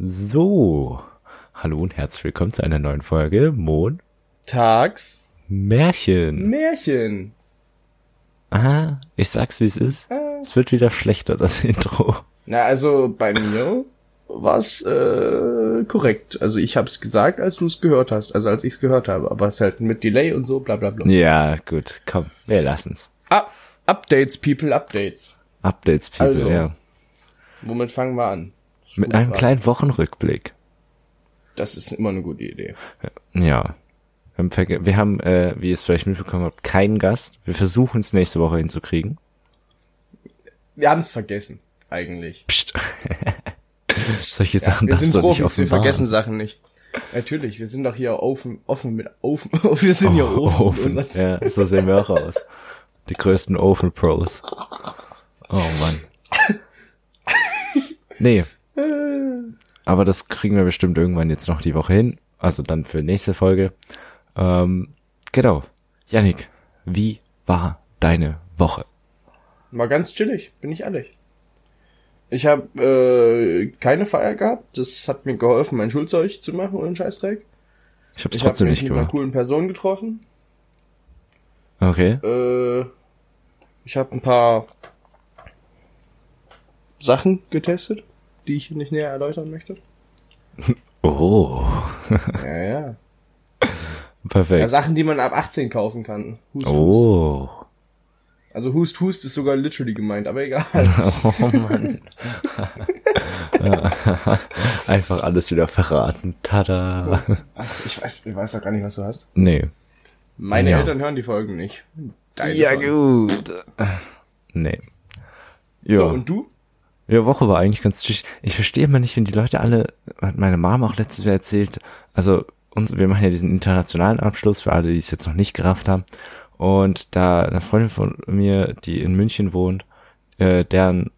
So, hallo und herzlich willkommen zu einer neuen Folge Mon Tags. Märchen. Märchen. Aha, ich sag's wie es ist. Es wird wieder schlechter, das Intro. Na, also bei mir war's äh, korrekt. Also ich hab's gesagt, als du es gehört hast, also als ich's gehört habe, aber es ist halt mit Delay und so, bla bla bla. Ja, gut, komm, wir lassen's. Ah, Updates, People, Updates. Updates, People, Also, ja. Womit fangen wir an? Mit einem kleinen Wochenrückblick. Das ist immer eine gute Idee. Ja. Wir haben, verge- wir haben äh, wie ihr es vielleicht mitbekommen habt, keinen Gast. Wir versuchen es nächste Woche hinzukriegen. Wir haben's vergessen, eigentlich. Psst. Solche Sachen Wir darfst sind du nicht Profis, wir offenbaren. vergessen Sachen nicht. Natürlich, wir sind doch hier offen, offen mit offen. Wir sind hier Oh, offen. mit Ofen. unseren- Ja, so sehen wir auch aus. Die größten Ofen Pros. Oh Mann. Nee. Aber das kriegen wir bestimmt irgendwann jetzt noch die Woche hin. Also dann für nächste Folge. Ähm, genau. Yannick, wie war deine Woche? War ganz chillig, bin ich ehrlich. Ich habe äh, keine Feier gehabt. Das hat mir geholfen, mein Schulzeug zu machen und einen Scheißdreck. Ich habe es Ich habe trotzdem mich nicht mit einer gemacht. coolen Person getroffen. Okay. Äh, ich habe ein paar Sachen getestet, die ich nicht näher erläutern möchte. Oh, Ja, ja. ja perfekt. Sachen, die man ab 18 kaufen kann. Hust, Hust. Oh. Also Hust, Hust ist sogar literally gemeint, aber egal. Oh Mann. Einfach alles wieder verraten. Tada. Ich weiß, ich weiß auch gar nicht, was du hast. Nee. Meine Ja. Eltern hören die Folgen nicht. Deine Folgen. gut. Nee. Ja. So, und du? ja, Woche war eigentlich ganz schick. Ich verstehe immer nicht, wenn die Leute alle, hat meine Mama auch letztens wieder erzählt, also uns, wir machen ja diesen internationalen Abschluss für alle, die es jetzt noch nicht gerafft haben. Und da eine Freundin von mir, die in München wohnt, äh, deren,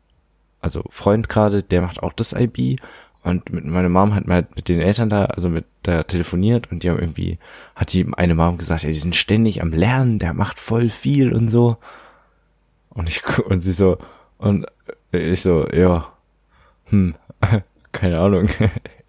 also Freund gerade, der macht auch das IB. Und mit meiner Mom hat mal mit den Eltern da, also mit da telefoniert und die haben irgendwie, hat die eine Mom gesagt, ja, die sind ständig am Lernen, der macht voll viel und so. Und ich gu- und sie so und ich so, ja. Hm, keine Ahnung.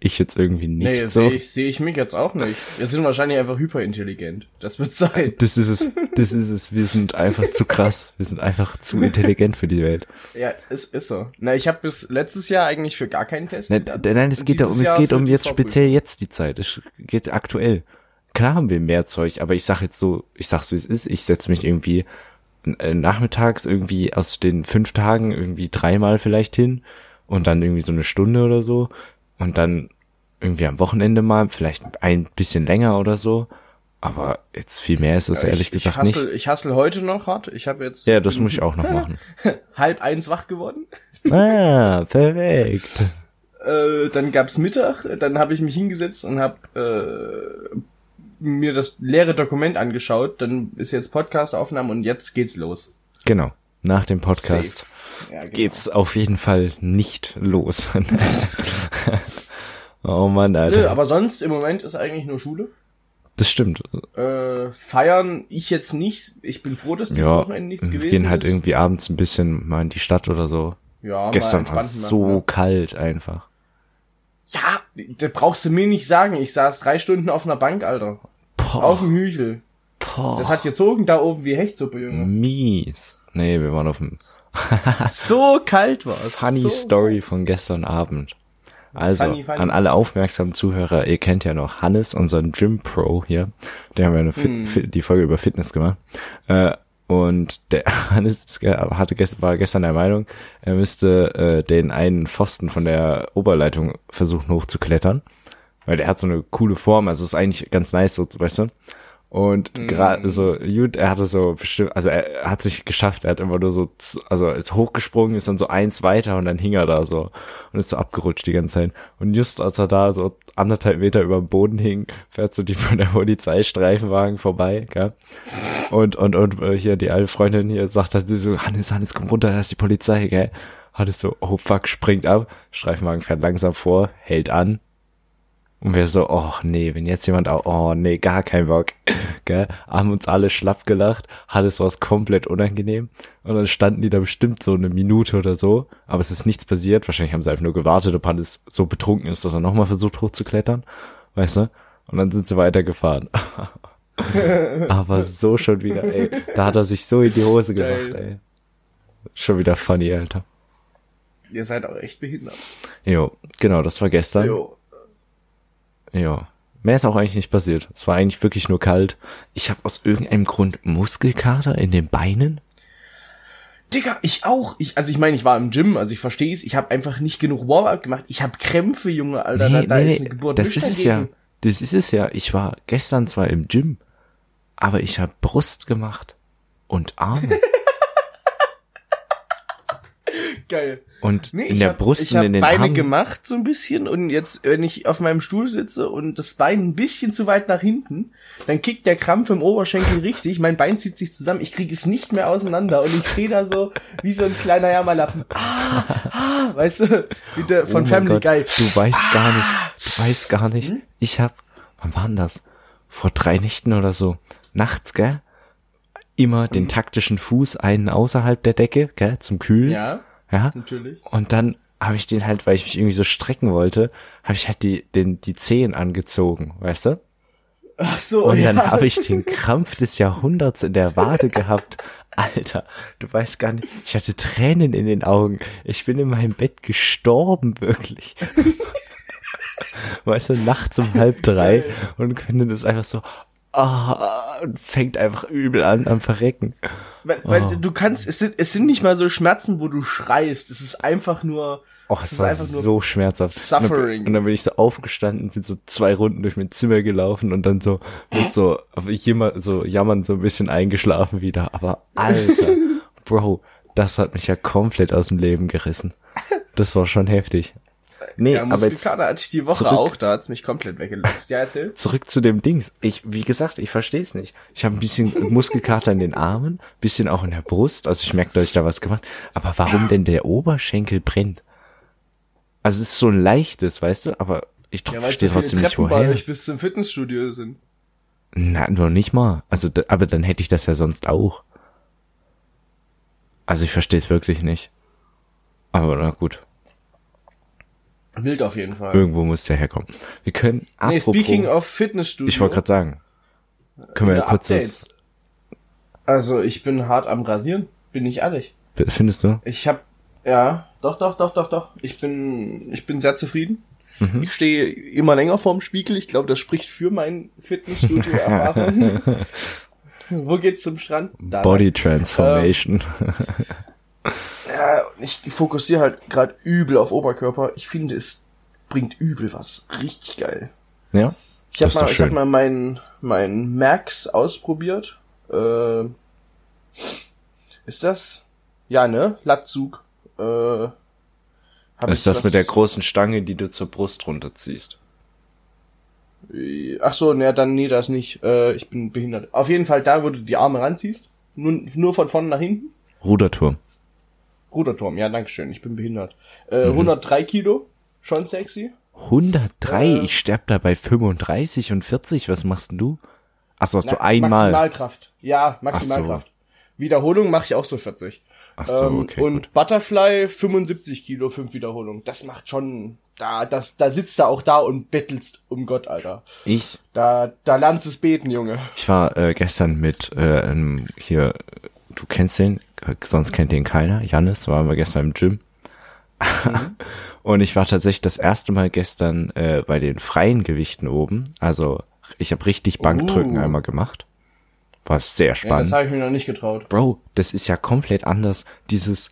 Ich jetzt irgendwie nicht Nee, so. sehe ich, seh ich mich jetzt auch nicht. Wir sind wahrscheinlich einfach hyperintelligent. Das wird sein. Das ist es, das ist es. Wir sind einfach zu krass. Wir sind einfach zu intelligent für die Welt. Ja, es ist so. Na, ich habe bis letztes Jahr eigentlich für gar keinen Test. Nein, gehabt. Ne, nein es geht Dieses darum, es Jahr geht für um die jetzt Vorprüfung. speziell jetzt die Zeit. Es geht aktuell. Klar haben wir mehr Zeug, aber ich sag jetzt so, ich sag's wie es ist, ich setz mich irgendwie äh, nachmittags irgendwie aus den fünf Tagen irgendwie dreimal vielleicht hin und dann irgendwie so eine Stunde oder so und dann irgendwie am Wochenende mal, vielleicht ein bisschen länger oder so. Aber jetzt viel mehr ist es Ich- ehrlich ich gesagt hassel, nicht. Ich hassel heute noch hart. Ich habe jetzt Ja, das muss ich auch noch machen. halb eins wach geworden. Ah, perfekt. Äh, dann gab's Mittag. Dann habe ich mich hingesetzt und habe äh, mir das leere Dokument angeschaut. Dann ist jetzt Podcast-Aufnahme und jetzt geht's los. Genau. Nach dem Podcast. Ja, genau. geht's auf jeden Fall nicht los. oh Mann, Nö, Alter. aber sonst im Moment ist eigentlich nur Schule. Das stimmt. Äh, feiern ich jetzt nicht. Ich bin froh, dass dieses Ja, Wochenende nichts wir gewesen gehen halt ist. irgendwie abends ein bisschen mal in die Stadt oder so. Ja, mal Gestern war entspannt es machen, ne? so ja. kalt einfach. Ja, das brauchst du mir nicht sagen. Ich saß drei Stunden auf einer Bank, Alter. Boah, Auf dem Hügel. boah, Mm. Das hat gezogen da oben wie Hechtsuppe, Junge. mies. Nee, wir waren auf dem So kalt war es. Funny so. Story von gestern Abend. Also, Funny, funny. an alle aufmerksamen Zuhörer, ihr kennt ja noch Hannes, unseren Gym Pro hier. Der haben ja eine Hm. Fit Fit die Folge über Fitness gemacht. Äh, und der Hannes ist ge- hatte gest war gestern der Meinung, er müsste äh, den einen Pfosten von der Oberleitung versuchen hochzuklettern. Weil der hat so eine coole Form, also ist eigentlich ganz nice, so, weißt du. Und gerade so, gut, er hatte so bestimmt, also er hat sich geschafft, er hat immer nur so, z- also ist hochgesprungen, ist dann so eins weiter und dann hing er da so und ist so abgerutscht die ganze Zeit. Und just als er da so anderthalb Meter über dem Boden hing, fährt so die von der Polizei Streifenwagen vorbei, gell? Und, und, und äh, hier die alte Freundin hier sagt halt so, Hannes, Hannes, komm runter, da ist die Polizei, gell? Hannes so, oh fuck, springt ab, Streifenwagen fährt langsam vor, hält an, Und wir so, oh nee, wenn jetzt jemand auch, oh nee, gar kein Bock, gell? Haben uns alle schlapp gelacht, alles war komplett unangenehm. Und dann standen die da bestimmt so eine Minute oder so, aber es ist nichts passiert. Wahrscheinlich haben sie einfach nur gewartet, ob Hannes so betrunken ist, dass er nochmal versucht hochzuklettern, weißt du? Und dann sind sie weitergefahren. aber so schon wieder, ey, da hat er sich so in die Hose gemacht, ey. Schon wieder funny, Alter. Ihr seid auch echt behindert. Jo, genau, das war gestern. Jo. Ja. Mehr ist auch eigentlich nicht passiert. Es war eigentlich wirklich nur kalt. Ich habe aus irgendeinem Grund Muskelkater in den Beinen. Digga, ich auch. Ich, also ich meine, ich war im Gym, also ich verstehe es. Ich habe einfach nicht genug Warm-up gemacht. Ich habe Krämpfe, Junge, Alter. da, da ist eine Geburt. das nicht ist es ja. dagegen. Das ist es ja. Ich war gestern zwar im Gym, aber ich habe Brust gemacht und Arme Geil. und Nee, in ich der hab- Brust ich und hab in den Beine Armen. gemacht so ein bisschen und jetzt, wenn ich auf meinem Stuhl sitze und das Bein ein bisschen zu weit nach hinten, dann kickt der Krampf im Oberschenkel richtig, mein Bein zieht sich zusammen, ich kriege es nicht mehr auseinander und ich stehe da so wie so ein kleiner Jammerlappen. Ah, ah, weißt du, wie der von Oh mein Family Gott, Guy. Ah. Hm? Du weißt gar nicht, du weißt gar nicht. Ich hab, wann war denn das? Vor drei Nächten oder so. Nachts, gell? Immer den Hm. taktischen Fuß einen außerhalb der Decke, gell, zum Kühlen. Ja, Ja. natürlich. Und dann habe ich den halt, weil ich mich irgendwie so strecken wollte, habe ich halt die, den, die Zehen angezogen, weißt du? Ach so, Und ja. dann habe ich den Krampf des Jahrhunderts in der Wade gehabt. Alter, du weißt gar nicht, ich hatte Tränen in den Augen. Ich bin in meinem Bett gestorben, wirklich. Weißt du, nachts um halb drei und finde das einfach so, ah, und fängt einfach übel an am Verrecken. Weil, weil Oh. du kannst, es sind, es sind nicht mal so Schmerzen, wo du schreist. Es ist einfach nur. Och, es war so schmerzhaft. Suffering. Und dann, und dann bin ich so aufgestanden, bin so zwei Runden durch mein Zimmer gelaufen und dann so mit so auf jemand so jammern so ein bisschen eingeschlafen wieder. Aber Alter, Bro, das hat mich ja komplett aus dem Leben gerissen. Das war schon heftig. Nee, Ja, aber jetzt Muskelkater hatte ich die Woche zurück- auch, da hat's mich komplett weggelöst. Ja, erzähl. zurück zu dem Dings. Ich, wie gesagt, ich verstehe es nicht. Ich habe ein bisschen Muskelkater in den Armen, bisschen auch in der Brust. Also ich merke, dass ich da was gemacht. Aber warum denn der Oberschenkel brennt? Also es ist so ein leichtes, weißt du, aber ich ja, Ja, weil verstehe so trotzdem viele nicht, Treppen bei woher. euch bis zum Fitnessstudio sind. Na, nur nicht mal. Also, da, aber dann hätte ich das ja sonst auch. Also ich verstehe es wirklich nicht. Aber na gut, Wild auf jeden Fall. irgendwo muss der herkommen. Wir können Nee, apropos, speaking of Fitnessstudio. ich wollte gerade sagen, können wir ja äh, kurz Updates. das, Also, ich bin hart am Rasieren, bin ich ehrlich. findest du? Ich hab, ja, doch, doch, doch, doch, doch. Ich bin, ich bin sehr zufrieden. Mhm. Ich stehe immer länger vorm Spiegel. Ich glaube, das spricht für mein Fitnessstudio-Erfahrung. Wo geht's zum Strand? Da. Body Transformation. Ja, und ich fokussiere halt gerade übel auf Oberkörper. Ich finde, es bringt übel was. Richtig geil. Ja. Ich habe Das ist mal, doch ich hab schön. mal meinen mein Max ausprobiert. Äh, ist das? Ja, ne? Latzug. Äh, hab ich ist das was- mit der großen Stange, die du zur Brust runterziehst? Ach so, ne, dann nee, das nicht. Äh, ich bin behindert. Auf jeden Fall da, wo du die Arme ranziehst. Nur, nur von vorne nach hinten. Ruderturm. Ruderturm, ja, dankeschön. Ich bin behindert. Äh, Mhm. 103 Kilo. Schon sexy. 103, Äh. ich sterb da bei 35 und 40, was machst denn du? Achso, hast du Na, einmal. Maximalkraft. Ja, Maximalkraft. Wiederholung mache ich auch so 40. Ach so, Ähm, okay, und Butterfly 75 Kilo, 5 Wiederholungen. Das macht schon, da, das, da sitzt du auch da und bettelst um Gott, Alter. Ich, Da, da lernst du es beten, Junge. ich war äh, gestern mit äh, einem- hier, äh, du kennst den, äh, sonst kennt den keiner. Jannis waren wir gestern im Gym. Mhm. und ich war tatsächlich das erste Mal gestern äh, bei den freien Gewichten oben. Also ich habe richtig Bankdrücken Uh. einmal gemacht. War sehr Ja, spannend. das habe ich mir noch nicht getraut. Bro, das ist ja komplett anders. Dieses,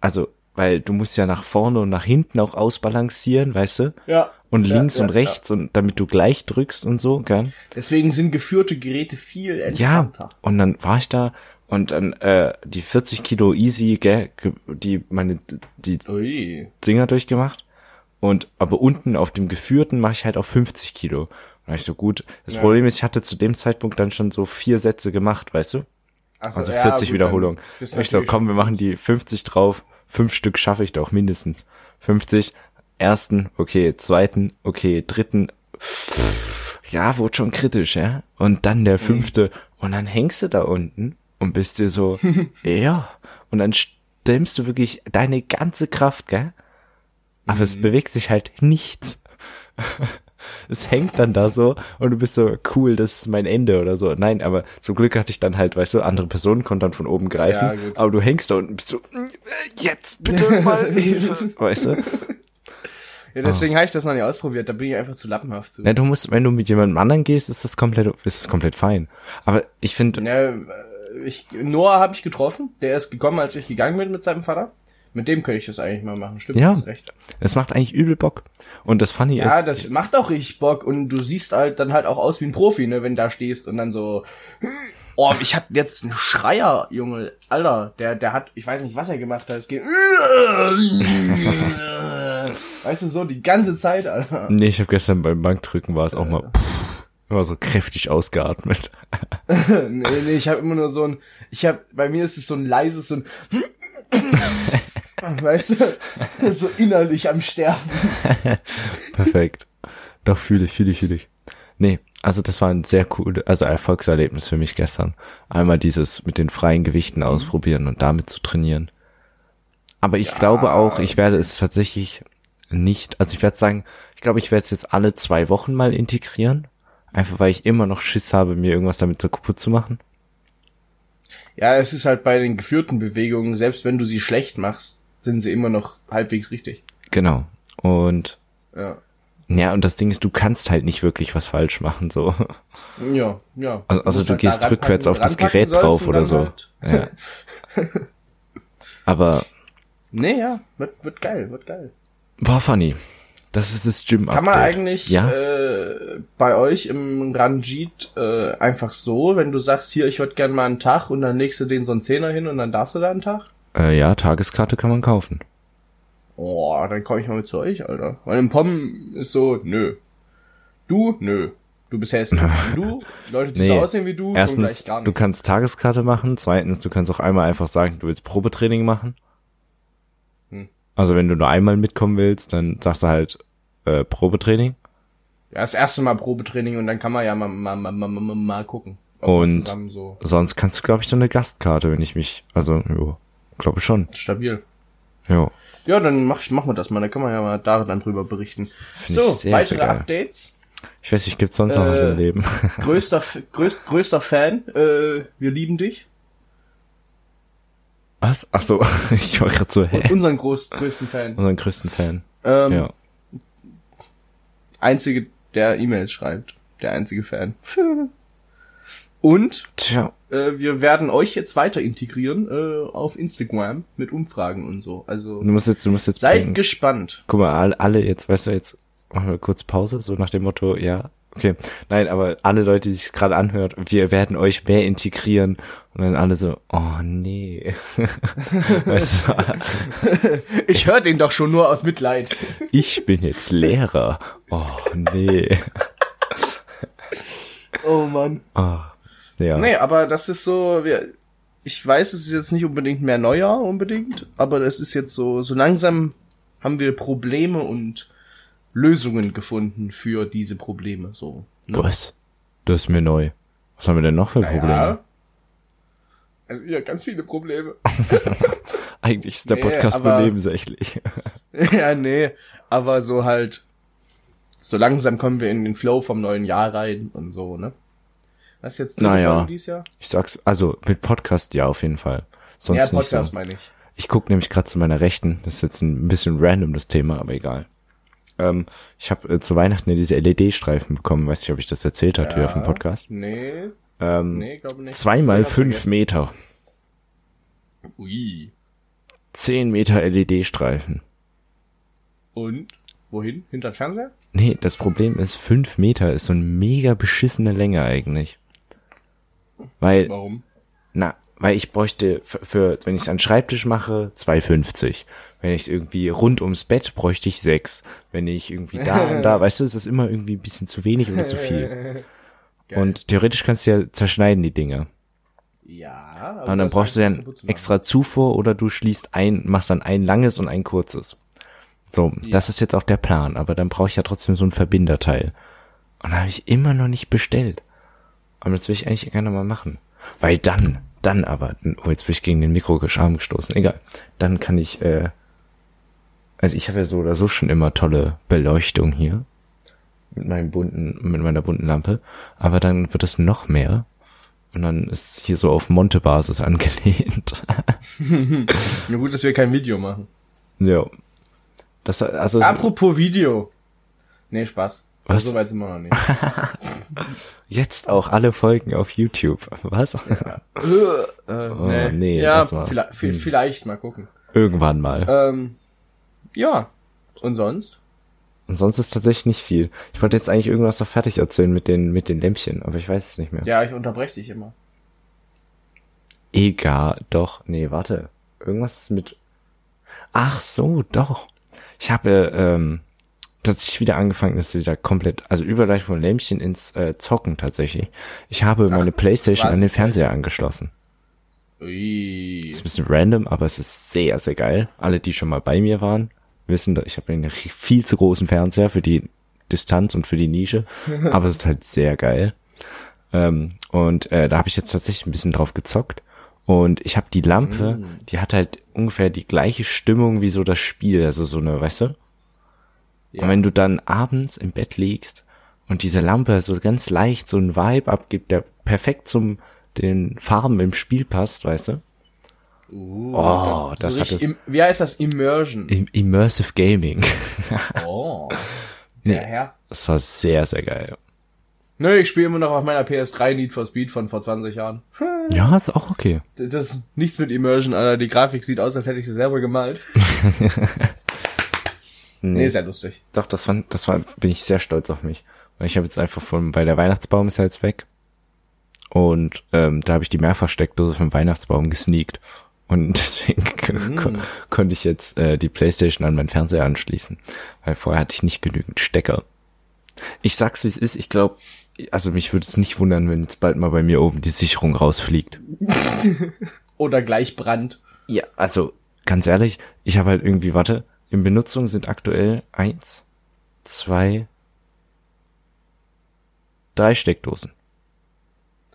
also, weil du musst ja nach vorne und nach hinten auch ausbalancieren, weißt du? Ja. Und Ja, links ja, und rechts und damit du gleich drückst und so, gell? Deswegen sind geführte Geräte viel Ja. entspannter. Und dann war ich da und dann äh, die 40 Kilo easy, gell, ge- die meine die Ui. Dinger durchgemacht. Und aber unten auf dem geführten mache ich halt auch 50 Kilo. Und da ich so gut. Das Problem ist, ich hatte zu dem Zeitpunkt dann schon so vier Sätze gemacht, weißt du? Ach so, Also ja, 40 gut, Wiederholungen. dann bist du Ich so, natürlich- komm, wir machen die 50 drauf. Fünf Stück schaffe ich doch mindestens. 50. ersten, okay, zweiten, okay, dritten. Ja, wurde schon kritisch, ja. Und dann Mhm. der fünfte. Und dann hängst du da unten und bist dir so, ja. Und dann stemmst du wirklich deine ganze Kraft, gell? Aber Mhm. es bewegt sich halt nichts. es hängt dann da so und du bist so cool, das ist mein Ende oder so. Nein, aber zum Glück hatte ich dann halt, weißt du, andere Personen konnten dann von oben greifen, Ja, gut. aber du hängst da unten bist so "Äh, jetzt bitte mal Hilfe, weißt du? Ja, deswegen habe ich das noch nicht ausprobiert. Da bin ich einfach zu lappenhaft. Zu. Na, du musst, wenn du mit jemandem anderen gehst, ist das komplett, ist das komplett fein. Aber ich finde, Ne, äh, ich, Noah habe ich getroffen. Der ist gekommen, als ich gegangen bin mit seinem Vater. Mit dem könnte ich das eigentlich mal machen. Stimmt, Ja. hast recht. es macht eigentlich übel Bock. Und das Funny Ja, ist, das macht auch richtig Bock und du siehst halt dann halt auch aus wie ein Profi, ne, wenn du da stehst und dann so Oh, ich hatte jetzt einen Schreier, Junge, Alter, der der hat, ich weiß nicht, was er gemacht hat, es geht Weißt du so die ganze Zeit, Alter. nee, ich habe gestern beim Bankdrücken war es auch mal, Äh. pff, war so kräftig ausgeatmet. Nee, nee, ich habe immer nur so ein ich habe bei mir ist es so ein leises so ein Weißt du, so innerlich am Sterben. Perfekt. Doch, fühle ich, fühle ich, fühle ich. Nee, also das war ein sehr cool, also Erfolgserlebnis für mich gestern. Einmal dieses mit den freien Gewichten ausprobieren und damit zu trainieren. Aber ich glaube auch, ich werde es tatsächlich nicht, also ich werde sagen, ich glaube, ich werde es jetzt alle zwei Wochen mal integrieren. Einfach weil ich immer noch Schiss habe, mir irgendwas damit so kaputt zu machen. Ja, es ist halt bei den geführten Bewegungen, selbst wenn du sie schlecht machst, sind sie immer noch halbwegs richtig. Genau. Und Ja. ja, und das Ding ist, du kannst halt nicht wirklich was falsch machen, so. Ja, ja. Also, also musst du halt gehst da ranpacken, rückwärts auf das ranpacken Gerät sollst drauf und oder dann so. Halt. Ja. Aber Nee, ja, wird, wird geil, wird geil. war funny. Das ist das Gym Kann man eigentlich Ja, äh, bei euch im Ranjit äh, einfach so, wenn du sagst, hier, ich würde gern mal einen Tag und dann legst du den so einen Zehner hin und dann darfst du da einen Tag? äh, ja, Tageskarte kann man kaufen. Oh, dann komme ich mal mit zu euch, Alter. Weil im Pommen ist so, nö. Du, nö. Du bist hässlich. Und du, Leute, die so aussehen wie du, schon Erstens, gleich gar du nicht. kannst Tageskarte machen. Zweitens, du kannst auch einmal einfach sagen, du willst Probetraining machen. Hm. Also wenn du nur einmal mitkommen willst, dann sagst du halt äh, Probetraining. Ja, das erste Mal Probetraining und dann kann man ja mal, mal, mal, mal, mal, mal gucken. ob man Und- zusammen so Sonst kannst du, glaube ich, so eine Gastkarte, wenn ich mich, also, jo, glaube schon. stabil. Jo. Ja, dann mach ich, machen wir das mal. Da können wir ja mal da dann drüber berichten. Find so, ich sehr, weitere sehr geil. Updates. Ich weiß nicht, gibt's sonst noch was Äh, im Leben? Größter, F- größt, größter Fan. Äh, wir lieben dich. Was? Ach so, ich war gerade so, hä? Unseren groß, größten Fan. Unseren größten Fan. Ähm, Ja. Einzige, der E-Mails schreibt. Der einzige Fan. Und Tja, äh, wir werden euch jetzt weiter integrieren äh, auf Instagram mit Umfragen und so. Also du musst jetzt, du musst jetzt seid denken. gespannt. Guck mal, all- alle jetzt, weißt du, jetzt machen wir kurz Pause, so nach dem Motto, ja, okay. Nein, aber alle Leute, die sich gerade anhört, wir werden euch mehr integrieren. Und dann alle so, oh nee. weißt du, Ich höre den doch schon nur aus Mitleid. ich bin jetzt Lehrer. Oh nee. Oh Mann. Oh, ja. Nee, aber das ist so, wir, ich weiß, es ist jetzt nicht unbedingt mehr Neujahr unbedingt, aber das ist jetzt so, so langsam haben wir Probleme und Lösungen gefunden für diese Probleme, so. ne? Was? Das ist mir neu. Was haben wir denn noch für Probleme? Ja. Also, ja, ganz viele Probleme. Eigentlich ist der Nee, Podcast aber- nur nebensächlich. ja, nee, aber so halt, so langsam kommen wir in den Flow vom neuen Jahr rein und so, ne? Was ist jetzt dritte Naja. Folge dieses Jahr? Ich sag's, also mit Podcast ja auf jeden Fall. Sonst Ja, nicht so. Podcast meine ich. Ich gucke nämlich gerade zu meiner Rechten. Das ist jetzt ein bisschen random das Thema, aber egal. Ähm, ich habe äh, zu Weihnachten ja diese LED-Streifen bekommen. Weiß nicht, ob ich das erzählt hatte hier auf dem Podcast. Nee, Ähm, nee, glaube nicht. zweimal Ich hab fünf Meter, vergessen. Ui. zehn Meter E LED-Streifen. Und? Wohin? Hinter den Fernseher? Nee, das Problem ist, fünf Meter ist so eine mega beschissene Länge eigentlich. Weil Warum? Na, weil ich bräuchte für, für wenn ich es an den Schreibtisch mache, 2,50. Wenn ich irgendwie rund ums Bett bräuchte ich 6. Wenn ich irgendwie da und da, weißt du, es ist immer irgendwie ein bisschen zu wenig oder zu viel. Und theoretisch kannst du ja zerschneiden die Dinge. Ja. Und dann brauchst du ja extra Zufuhr oder du schließt ein, machst dann ein langes und ein kurzes. So, das ist jetzt auch der Plan, aber dann brauche ich ja trotzdem so ein Verbinderteil. Und da habe ich immer noch nicht bestellt. Aber das will ich eigentlich gerne mal machen. Weil dann, dann aber, oh, jetzt bin ich gegen den Mikroarm gestoßen, egal. Dann kann ich, äh, also ich habe ja so oder so schon immer tolle Beleuchtung hier. Mit meinem bunten, mit meiner bunten Lampe. Aber dann wird es noch mehr. Und dann ist hier so auf Monte-Basis angelehnt. Nur gut, dass wir kein Video machen. ja. Das, also, Apropos Video. Nee, Spaß. Was? So weit sind wir noch nicht. jetzt auch alle Folgen auf YouTube. Was? Äh, nee. Oh, nee, ja, lass mal. vielleicht, vi- Hm. vielleicht mal gucken. Irgendwann mal. Ähm, ja. Und sonst? Und sonst ist tatsächlich nicht viel. Ich wollte jetzt eigentlich irgendwas noch fertig erzählen mit den, mit den Lämpchen, aber ich weiß es nicht mehr. Ja, ich unterbreche dich immer. Egal, doch. Nee, warte. Irgendwas ist mit. Ach so, doch. Ich habe ähm, tatsächlich wieder angefangen, das ist wieder komplett, also Überleitung von Lämpchen ins äh, Zocken tatsächlich. Ich habe meine Playstation was? an den Fernseher angeschlossen. Ui. Ist ein bisschen random, aber es ist sehr, sehr geil. Alle, die schon mal bei mir waren, wissen, ich habe einen viel zu großen Fernseher für die Distanz und für die Nische, aber es ist halt sehr geil. Ähm, und äh, da habe ich jetzt tatsächlich ein bisschen drauf gezockt. Und ich habe die Lampe, Mm. die hat halt ungefähr die gleiche Stimmung wie so das Spiel, also so eine, weißt du? Und wenn du dann abends im Bett liegst und diese Lampe so ganz leicht so einen Vibe abgibt, der perfekt zum den Farben im Spiel passt, weißt du? oh, das Uh, so hat richtig es. im, wie heißt das? Immersion. Im Immersive Gaming. Oh. nee, Ja, Herr. das war sehr, sehr geil. Nö, ich spiele immer noch auf meiner PS3 Need for Speed von vor 20 Jahren. Ja, ist auch okay. Das ist nichts mit Immersion, Alter. Die Grafik sieht aus, als hätte ich sie selber gemalt. nee, ist ja lustig. Doch, das war, das war, bin ich sehr stolz auf mich. Weil ich habe jetzt einfach von, weil der Weihnachtsbaum ist ja jetzt weg. Und ähm, da habe ich die Mehrfachsteckdose vom Weihnachtsbaum gesneakt. Und deswegen kon konnte ich jetzt äh, die Playstation an meinen Fernseher anschließen. Weil vorher hatte ich nicht genügend Stecker. Ich sag's wie es ist, ich glaube, also mich würde es nicht wundern, wenn jetzt bald mal bei mir oben die Sicherung rausfliegt. Oder gleich Brand. Ja, also ganz ehrlich, ich habe halt irgendwie, warte, in Benutzung sind aktuell eins, zwei, drei Steckdosen.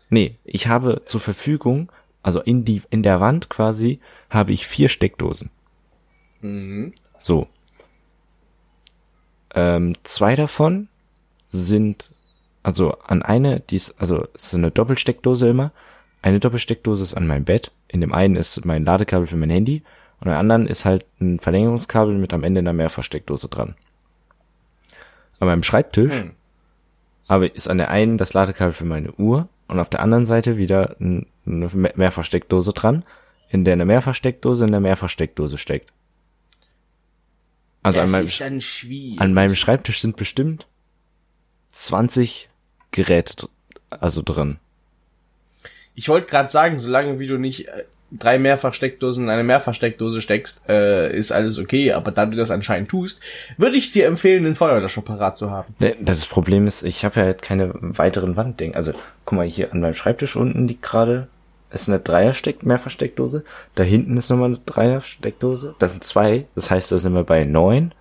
Nee, ich habe zur Verfügung, also in die, in der Wand quasi, habe ich vier Steckdosen. So. Ähm, zwei davon sind, also an eine, die ist, also es ist eine Doppelsteckdose immer. Eine Doppelsteckdose ist an meinem Bett. In dem einen ist mein Ladekabel für mein Handy und an der anderen ist halt ein Verlängerungskabel mit am Ende einer Mehrfachsteckdose dran. An meinem Schreibtisch Hm. habe ist an der einen das Ladekabel für meine Uhr und auf der anderen Seite wieder ein- eine Me- Mehrfachsteckdose dran, in der eine Mehrfachsteckdose in der Mehrfachsteckdose steckt. Also an meinem, dann schwierig. an meinem Schreibtisch sind bestimmt 20 Geräte dr- also drin. ich wollte gerade sagen, solange wie du nicht äh, drei Mehrfachsteckdosen in eine Mehrfachsteckdose steckst, äh, ist alles okay. Aber da du das anscheinend tust, würde ich dir empfehlen, den Feuerlöscher parat zu haben. Ne, Das Problem ist, ich habe ja halt keine weiteren Wanddinge. Also, guck mal, hier an meinem Schreibtisch unten liegt gerade, ist eine Dreiersteck, Mehrfachsteckdose. Da hinten ist nochmal eine Dreiersteckdose. Das sind zwei, das heißt, da sind wir bei neun.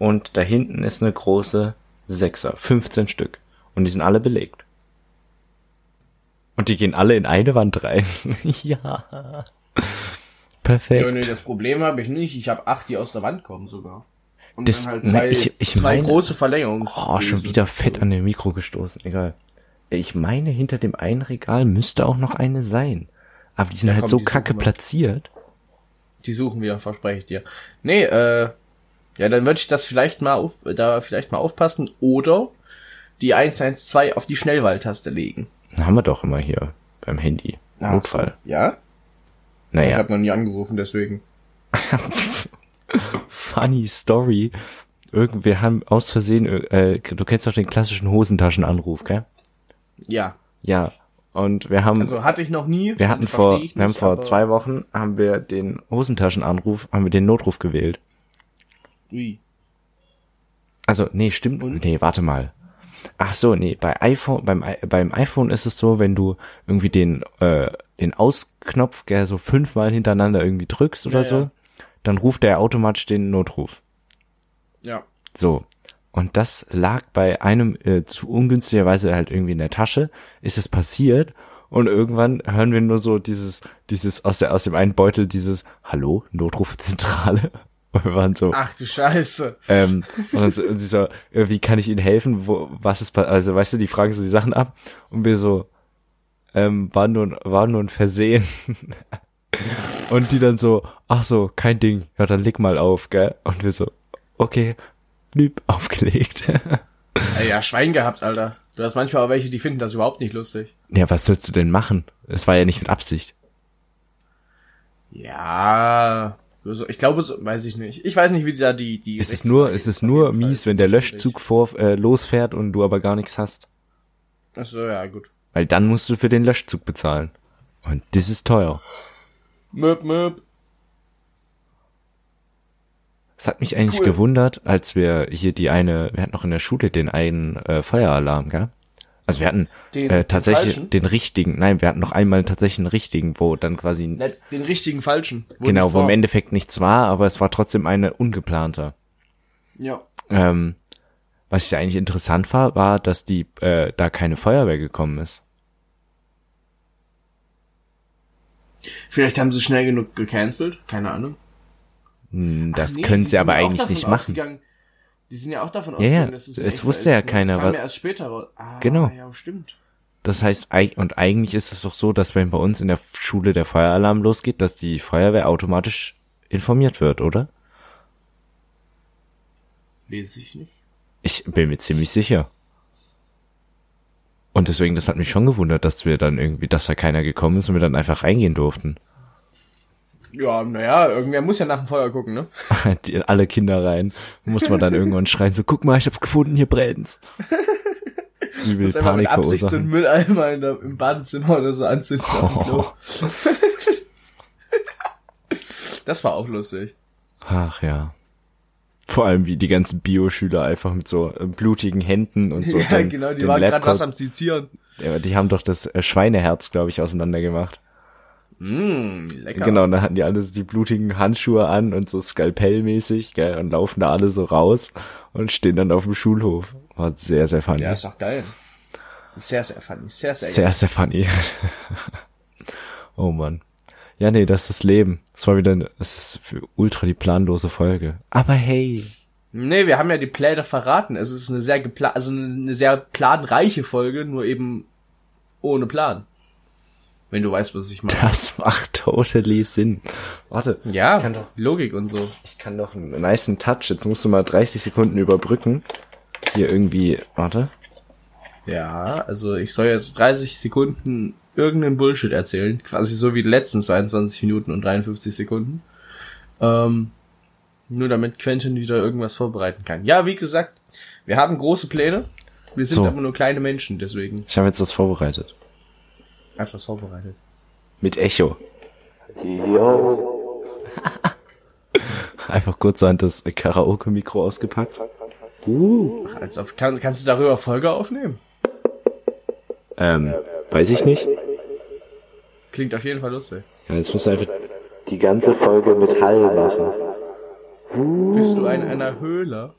Und da hinten ist eine große Sechser, 15 Stück. Und die sind alle belegt. Und die gehen alle in eine Wand rein. ja. Perfekt. Ja, nee, das Problem habe ich nicht. Ich habe acht, die aus der Wand kommen sogar. Und Das- dann halt ne, zwei, ich- ich zwei meine- große Verlängerungen. Oh, schon wieder fett an den Mikro gestoßen. Egal. Ich meine, hinter dem einen Regal müsste auch noch eine sein. Aber die sind halt komm, so die suchen kacke wir. platziert. Die suchen wir, verspreche ich dir. Nee, äh, ja, dann würde ich das vielleicht mal auf, da vielleicht mal aufpassen oder die 112 auf die Schnellwahltaste legen. Na, haben wir doch immer hier beim Handy. Notfall. Ja? Ich Naja, habe noch nie angerufen, deswegen. funny story. Irgend, wir haben aus Versehen, äh, du kennst doch den klassischen Hosentaschenanruf, gell? Ja. Ja. Und wir haben, Also hatte ich noch nie. wir hatten verstehe vor, ich nicht, wir haben vor aber- zwei Wochen, haben wir den Hosentaschenanruf, haben wir den Notruf gewählt. Ui. Also, nee, stimmt. Nee, warte mal. Ach so, nee, bei iPhone, beim, i- beim iPhone ist es so, wenn du irgendwie den, äh, den Ausknopf gell, so fünfmal hintereinander irgendwie drückst oder Ja, so, ja. dann ruft der automatisch den Notruf. Ja. So. Und das lag bei einem äh, zu ungünstigerweise halt irgendwie in der Tasche, ist es passiert und irgendwann hören wir nur so dieses, dieses aus, der, aus dem einen Beutel dieses Hallo, Notrufzentrale. Und wir waren so, Ach du Scheiße. ähm, und, dann, so- und sie so, äh, wie kann ich Ihnen helfen? Wo, was ist, pa- also weißt du, die fragen so die Sachen ab und wir so, ähm, war nur, war nur ein Versehen. und die dann so, ach so, kein Ding, ja dann leg mal auf, gell? Und wir so, okay, blüb, aufgelegt. Ey, Ja, Schwein gehabt, Alter. Du hast manchmal auch welche, die finden das überhaupt nicht lustig. ja, was sollst du denn machen? Es war ja nicht mit Absicht. Ja. So, Ich glaube, so, weiß ich nicht. Ich weiß nicht, wie da die, die. Es ist nur, es ist nur mies, wenn der Löschzug vor, äh, losfährt und du aber gar nichts hast. Achso, ja, gut. Weil dann musst du für den Löschzug bezahlen. Und das ist teuer. Möp, möp. Es hat mich eigentlich Cool. gewundert, als wir hier die eine, wir hatten noch in der Schule den einen äh, Feueralarm, gell? Also wir hatten Den- äh, den tatsächlich den, falschen? richtigen, nein, wir hatten noch einmal tatsächlich einen richtigen, wo dann quasi, Na, Den richtigen falschen. Wo genau, nichts wo im war. Endeffekt nichts war, aber es war trotzdem eine ungeplante. Ja. Ähm, was ich eigentlich interessant war, war, dass die äh, da keine Feuerwehr gekommen ist. Vielleicht haben sie schnell genug gecancelt. Keine Ahnung. Hm, Ach Das nee, können die sie aber sind ja auch eigentlich davon nicht machen. ausgegangen- Die sind ja auch davon ja, ausgegangen, dass es ein es echter wusste ja ist. ne? keiner, Das kam wa- ja erst später raus. Ah, Genau. Ja, stimmt. Das heißt, eig- und eigentlich ist es doch so, dass wenn bei uns in der Schule der Feueralarm losgeht, dass die Feuerwehr automatisch informiert wird, oder? Lese ich nicht. Ich bin mir ziemlich sicher. Und deswegen, das hat mich schon gewundert, dass wir dann irgendwie, dass da keiner gekommen ist und wir dann einfach reingehen durften. Ja, naja, irgendwer muss ja nach dem Feuer gucken, ne? Die, alle Kinder rein. Muss man dann irgendwann schreien, so, guck mal, ich hab's gefunden, hier brennt's. Übel Dass einfach mit Panik Absicht so verursachen. einen Mülleimer in der, im Badezimmer oder so anzünden. auf dem Oh. Klo. Das war auch lustig. Ach ja. Vor allem wie die ganzen Bio-Schüler einfach mit so äh, blutigen Händen und so. ja, dann genau, die den waren gerade Laptop- was am Zitieren. Ja, die haben doch das äh, Schweineherz, glaube ich, auseinander gemacht. Mm, lecker. Genau, und dann hatten die alle so die blutigen Handschuhe an und so skalpellmäßig, gell, und laufen da alle so raus und stehen dann auf dem Schulhof. War sehr, sehr funny. Ja, ist doch geil. Sehr, sehr funny. Sehr, sehr, geil. sehr, sehr funny. oh Mann. Ja, nee, das ist das Leben. Das war wieder, das ist für ultra die planlose Folge. Aber hey. Nee, wir haben ja die Pläne verraten. Es ist eine sehr gepla also eine sehr planreiche Folge, nur eben ohne Plan. Wenn du weißt, was ich meine. Das macht totally Sinn. Warte. Ja, Ich kann doch, Logik und so. ich kann doch einen niceen Touch. Jetzt musst du mal 30 Sekunden überbrücken. Hier irgendwie, warte. Ja, also ich soll jetzt 30 Sekunden irgendeinen Bullshit erzählen. Quasi so wie die letzten 22 Minuten und 53 Sekunden. Ähm, nur damit Quentin wieder irgendwas vorbereiten kann. Ja, wie gesagt, wir haben große Pläne. Wir sind So. aber nur kleine Menschen, deswegen Ich habe jetzt was vorbereitet. etwas vorbereitet. Mit Echo. Einfach kurzerhand das Karaoke-Mikro ausgepackt. Uh. Ach, Als ob, kann, kannst du darüber Folge aufnehmen? Ähm, weiß ich nicht. Klingt auf jeden Fall lustig. Ja, jetzt muss einfach die ganze Folge mit Hall machen. Bist du in einer Höhle?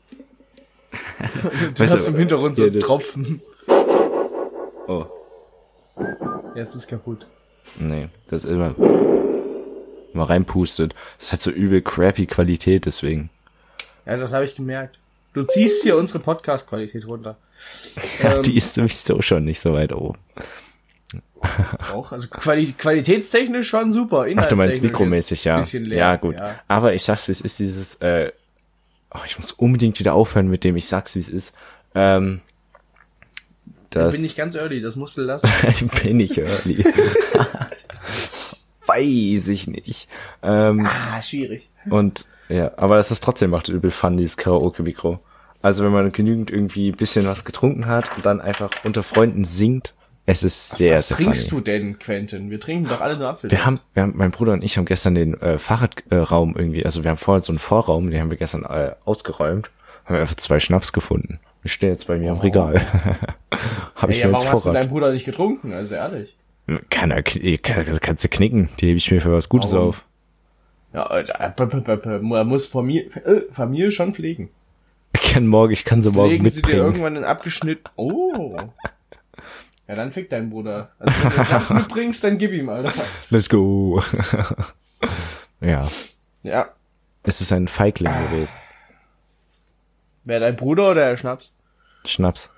Du Weißt hast du, im Hintergrund so hier, einen das- Tropfen. Oh, Jetzt ist kaputt. nee, das ist immer mal reinpustet. Das hat so übel crappy Qualität deswegen. Ja, das habe ich gemerkt. Du ziehst hier unsere Podcast-Qualität runter. Ähm, Ja, die ist sowieso schon nicht so weit oben. Auch. Also quali qualitätstechnisch schon super. Ach, du meinst Inhaltstechnisch mikromäßig, jetzt ein ja. Bisschen leer. Ja, gut. Aber ich sag's, wie es ist, dieses, äh, oh, ich muss unbedingt wieder aufhören mit dem, ich sag's, wie es ist. Ähm, Da das bin ich ganz early, das musst du lassen. bin ich early. Weiß ich nicht. Ähm, ah, schwierig. und ja, aber das ist trotzdem macht übel fun, dieses Karaoke-Mikro. Also wenn man genügend irgendwie ein bisschen was getrunken hat und dann einfach unter Freunden singt, es ist sehr, Was sehr trinkst funny. du denn, Quentin? Wir trinken doch alle nur Apfel. Wir haben, wir haben, mein Bruder und ich haben gestern den äh, Fahrradraum irgendwie, also wir haben vorher so einen Vorraum, den haben wir gestern äh, ausgeräumt, haben einfach zwei Schnaps gefunden. Die stehen jetzt bei mir am Regal. Habe ich Oh. Ey, ja, mir jetzt warum hast du Vorrat. deinen Bruder nicht getrunken? Also ehrlich. Kann, er kn- kann, kannst du knicken, die hebe ich mir für was Gutes Warum? auf. also, Ja, äh, p- p- p- p- man muss Familie, äh, Familie schon pflegen. kann morgen, ich kann sie Jetzt morgen legen sie dir mitbringen. irgendwann den abgeschnitten. Oh. Ja, dann fick deinen Bruder. Also wenn du den Saft mitbringst, dann gib ihm, Alter. Let's go. ja. Ja. Es ist ein Feigling gewesen. Wer dein Bruder oder der Schnaps? Schnaps.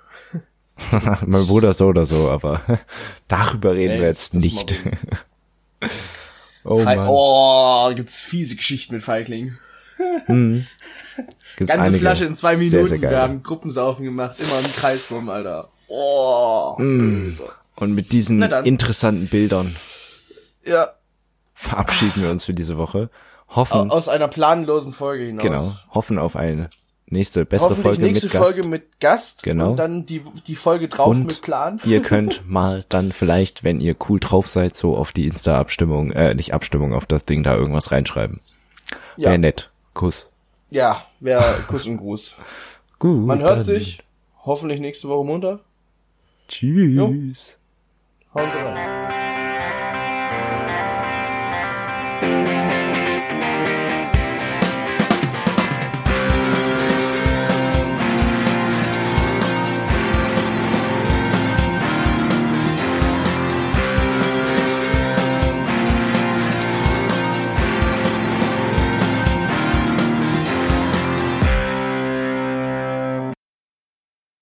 mein Bruder so oder so, aber darüber reden Nee, wir das- jetzt das nicht. oh Fei- Mann. Oh, gibt's fiese Geschichten mit Feigling. Gibt's Ganze einige. Flasche in zwei Sehr, Minuten. sehr Wir geil. haben Gruppensaufen gemacht, immer im Kreis rum, Alter. Oh, Mhm. böse. Und mit diesen Na dann. interessanten Bildern Ja, verabschieden wir uns für diese Woche. au- Hoffen, aus einer planlosen Folge hinaus. genau, hoffen auf eine nächste, bessere Hoffentlich Folge nächste mit Gast. Folge mit Gast. Genau. Und dann die, die Folge drauf Und mit Plan. ihr könnt mal dann vielleicht, wenn ihr cool drauf seid, so auf die Insta-Abstimmung, äh, nicht Abstimmung, auf das Ding da irgendwas reinschreiben. Ja. Wär nett. Kuss. Ja, wäre Kuss und Gruß. Gut. Man hört dann. sich. Hoffentlich nächste Woche Montag. Tschüss. Hauen Sie rein.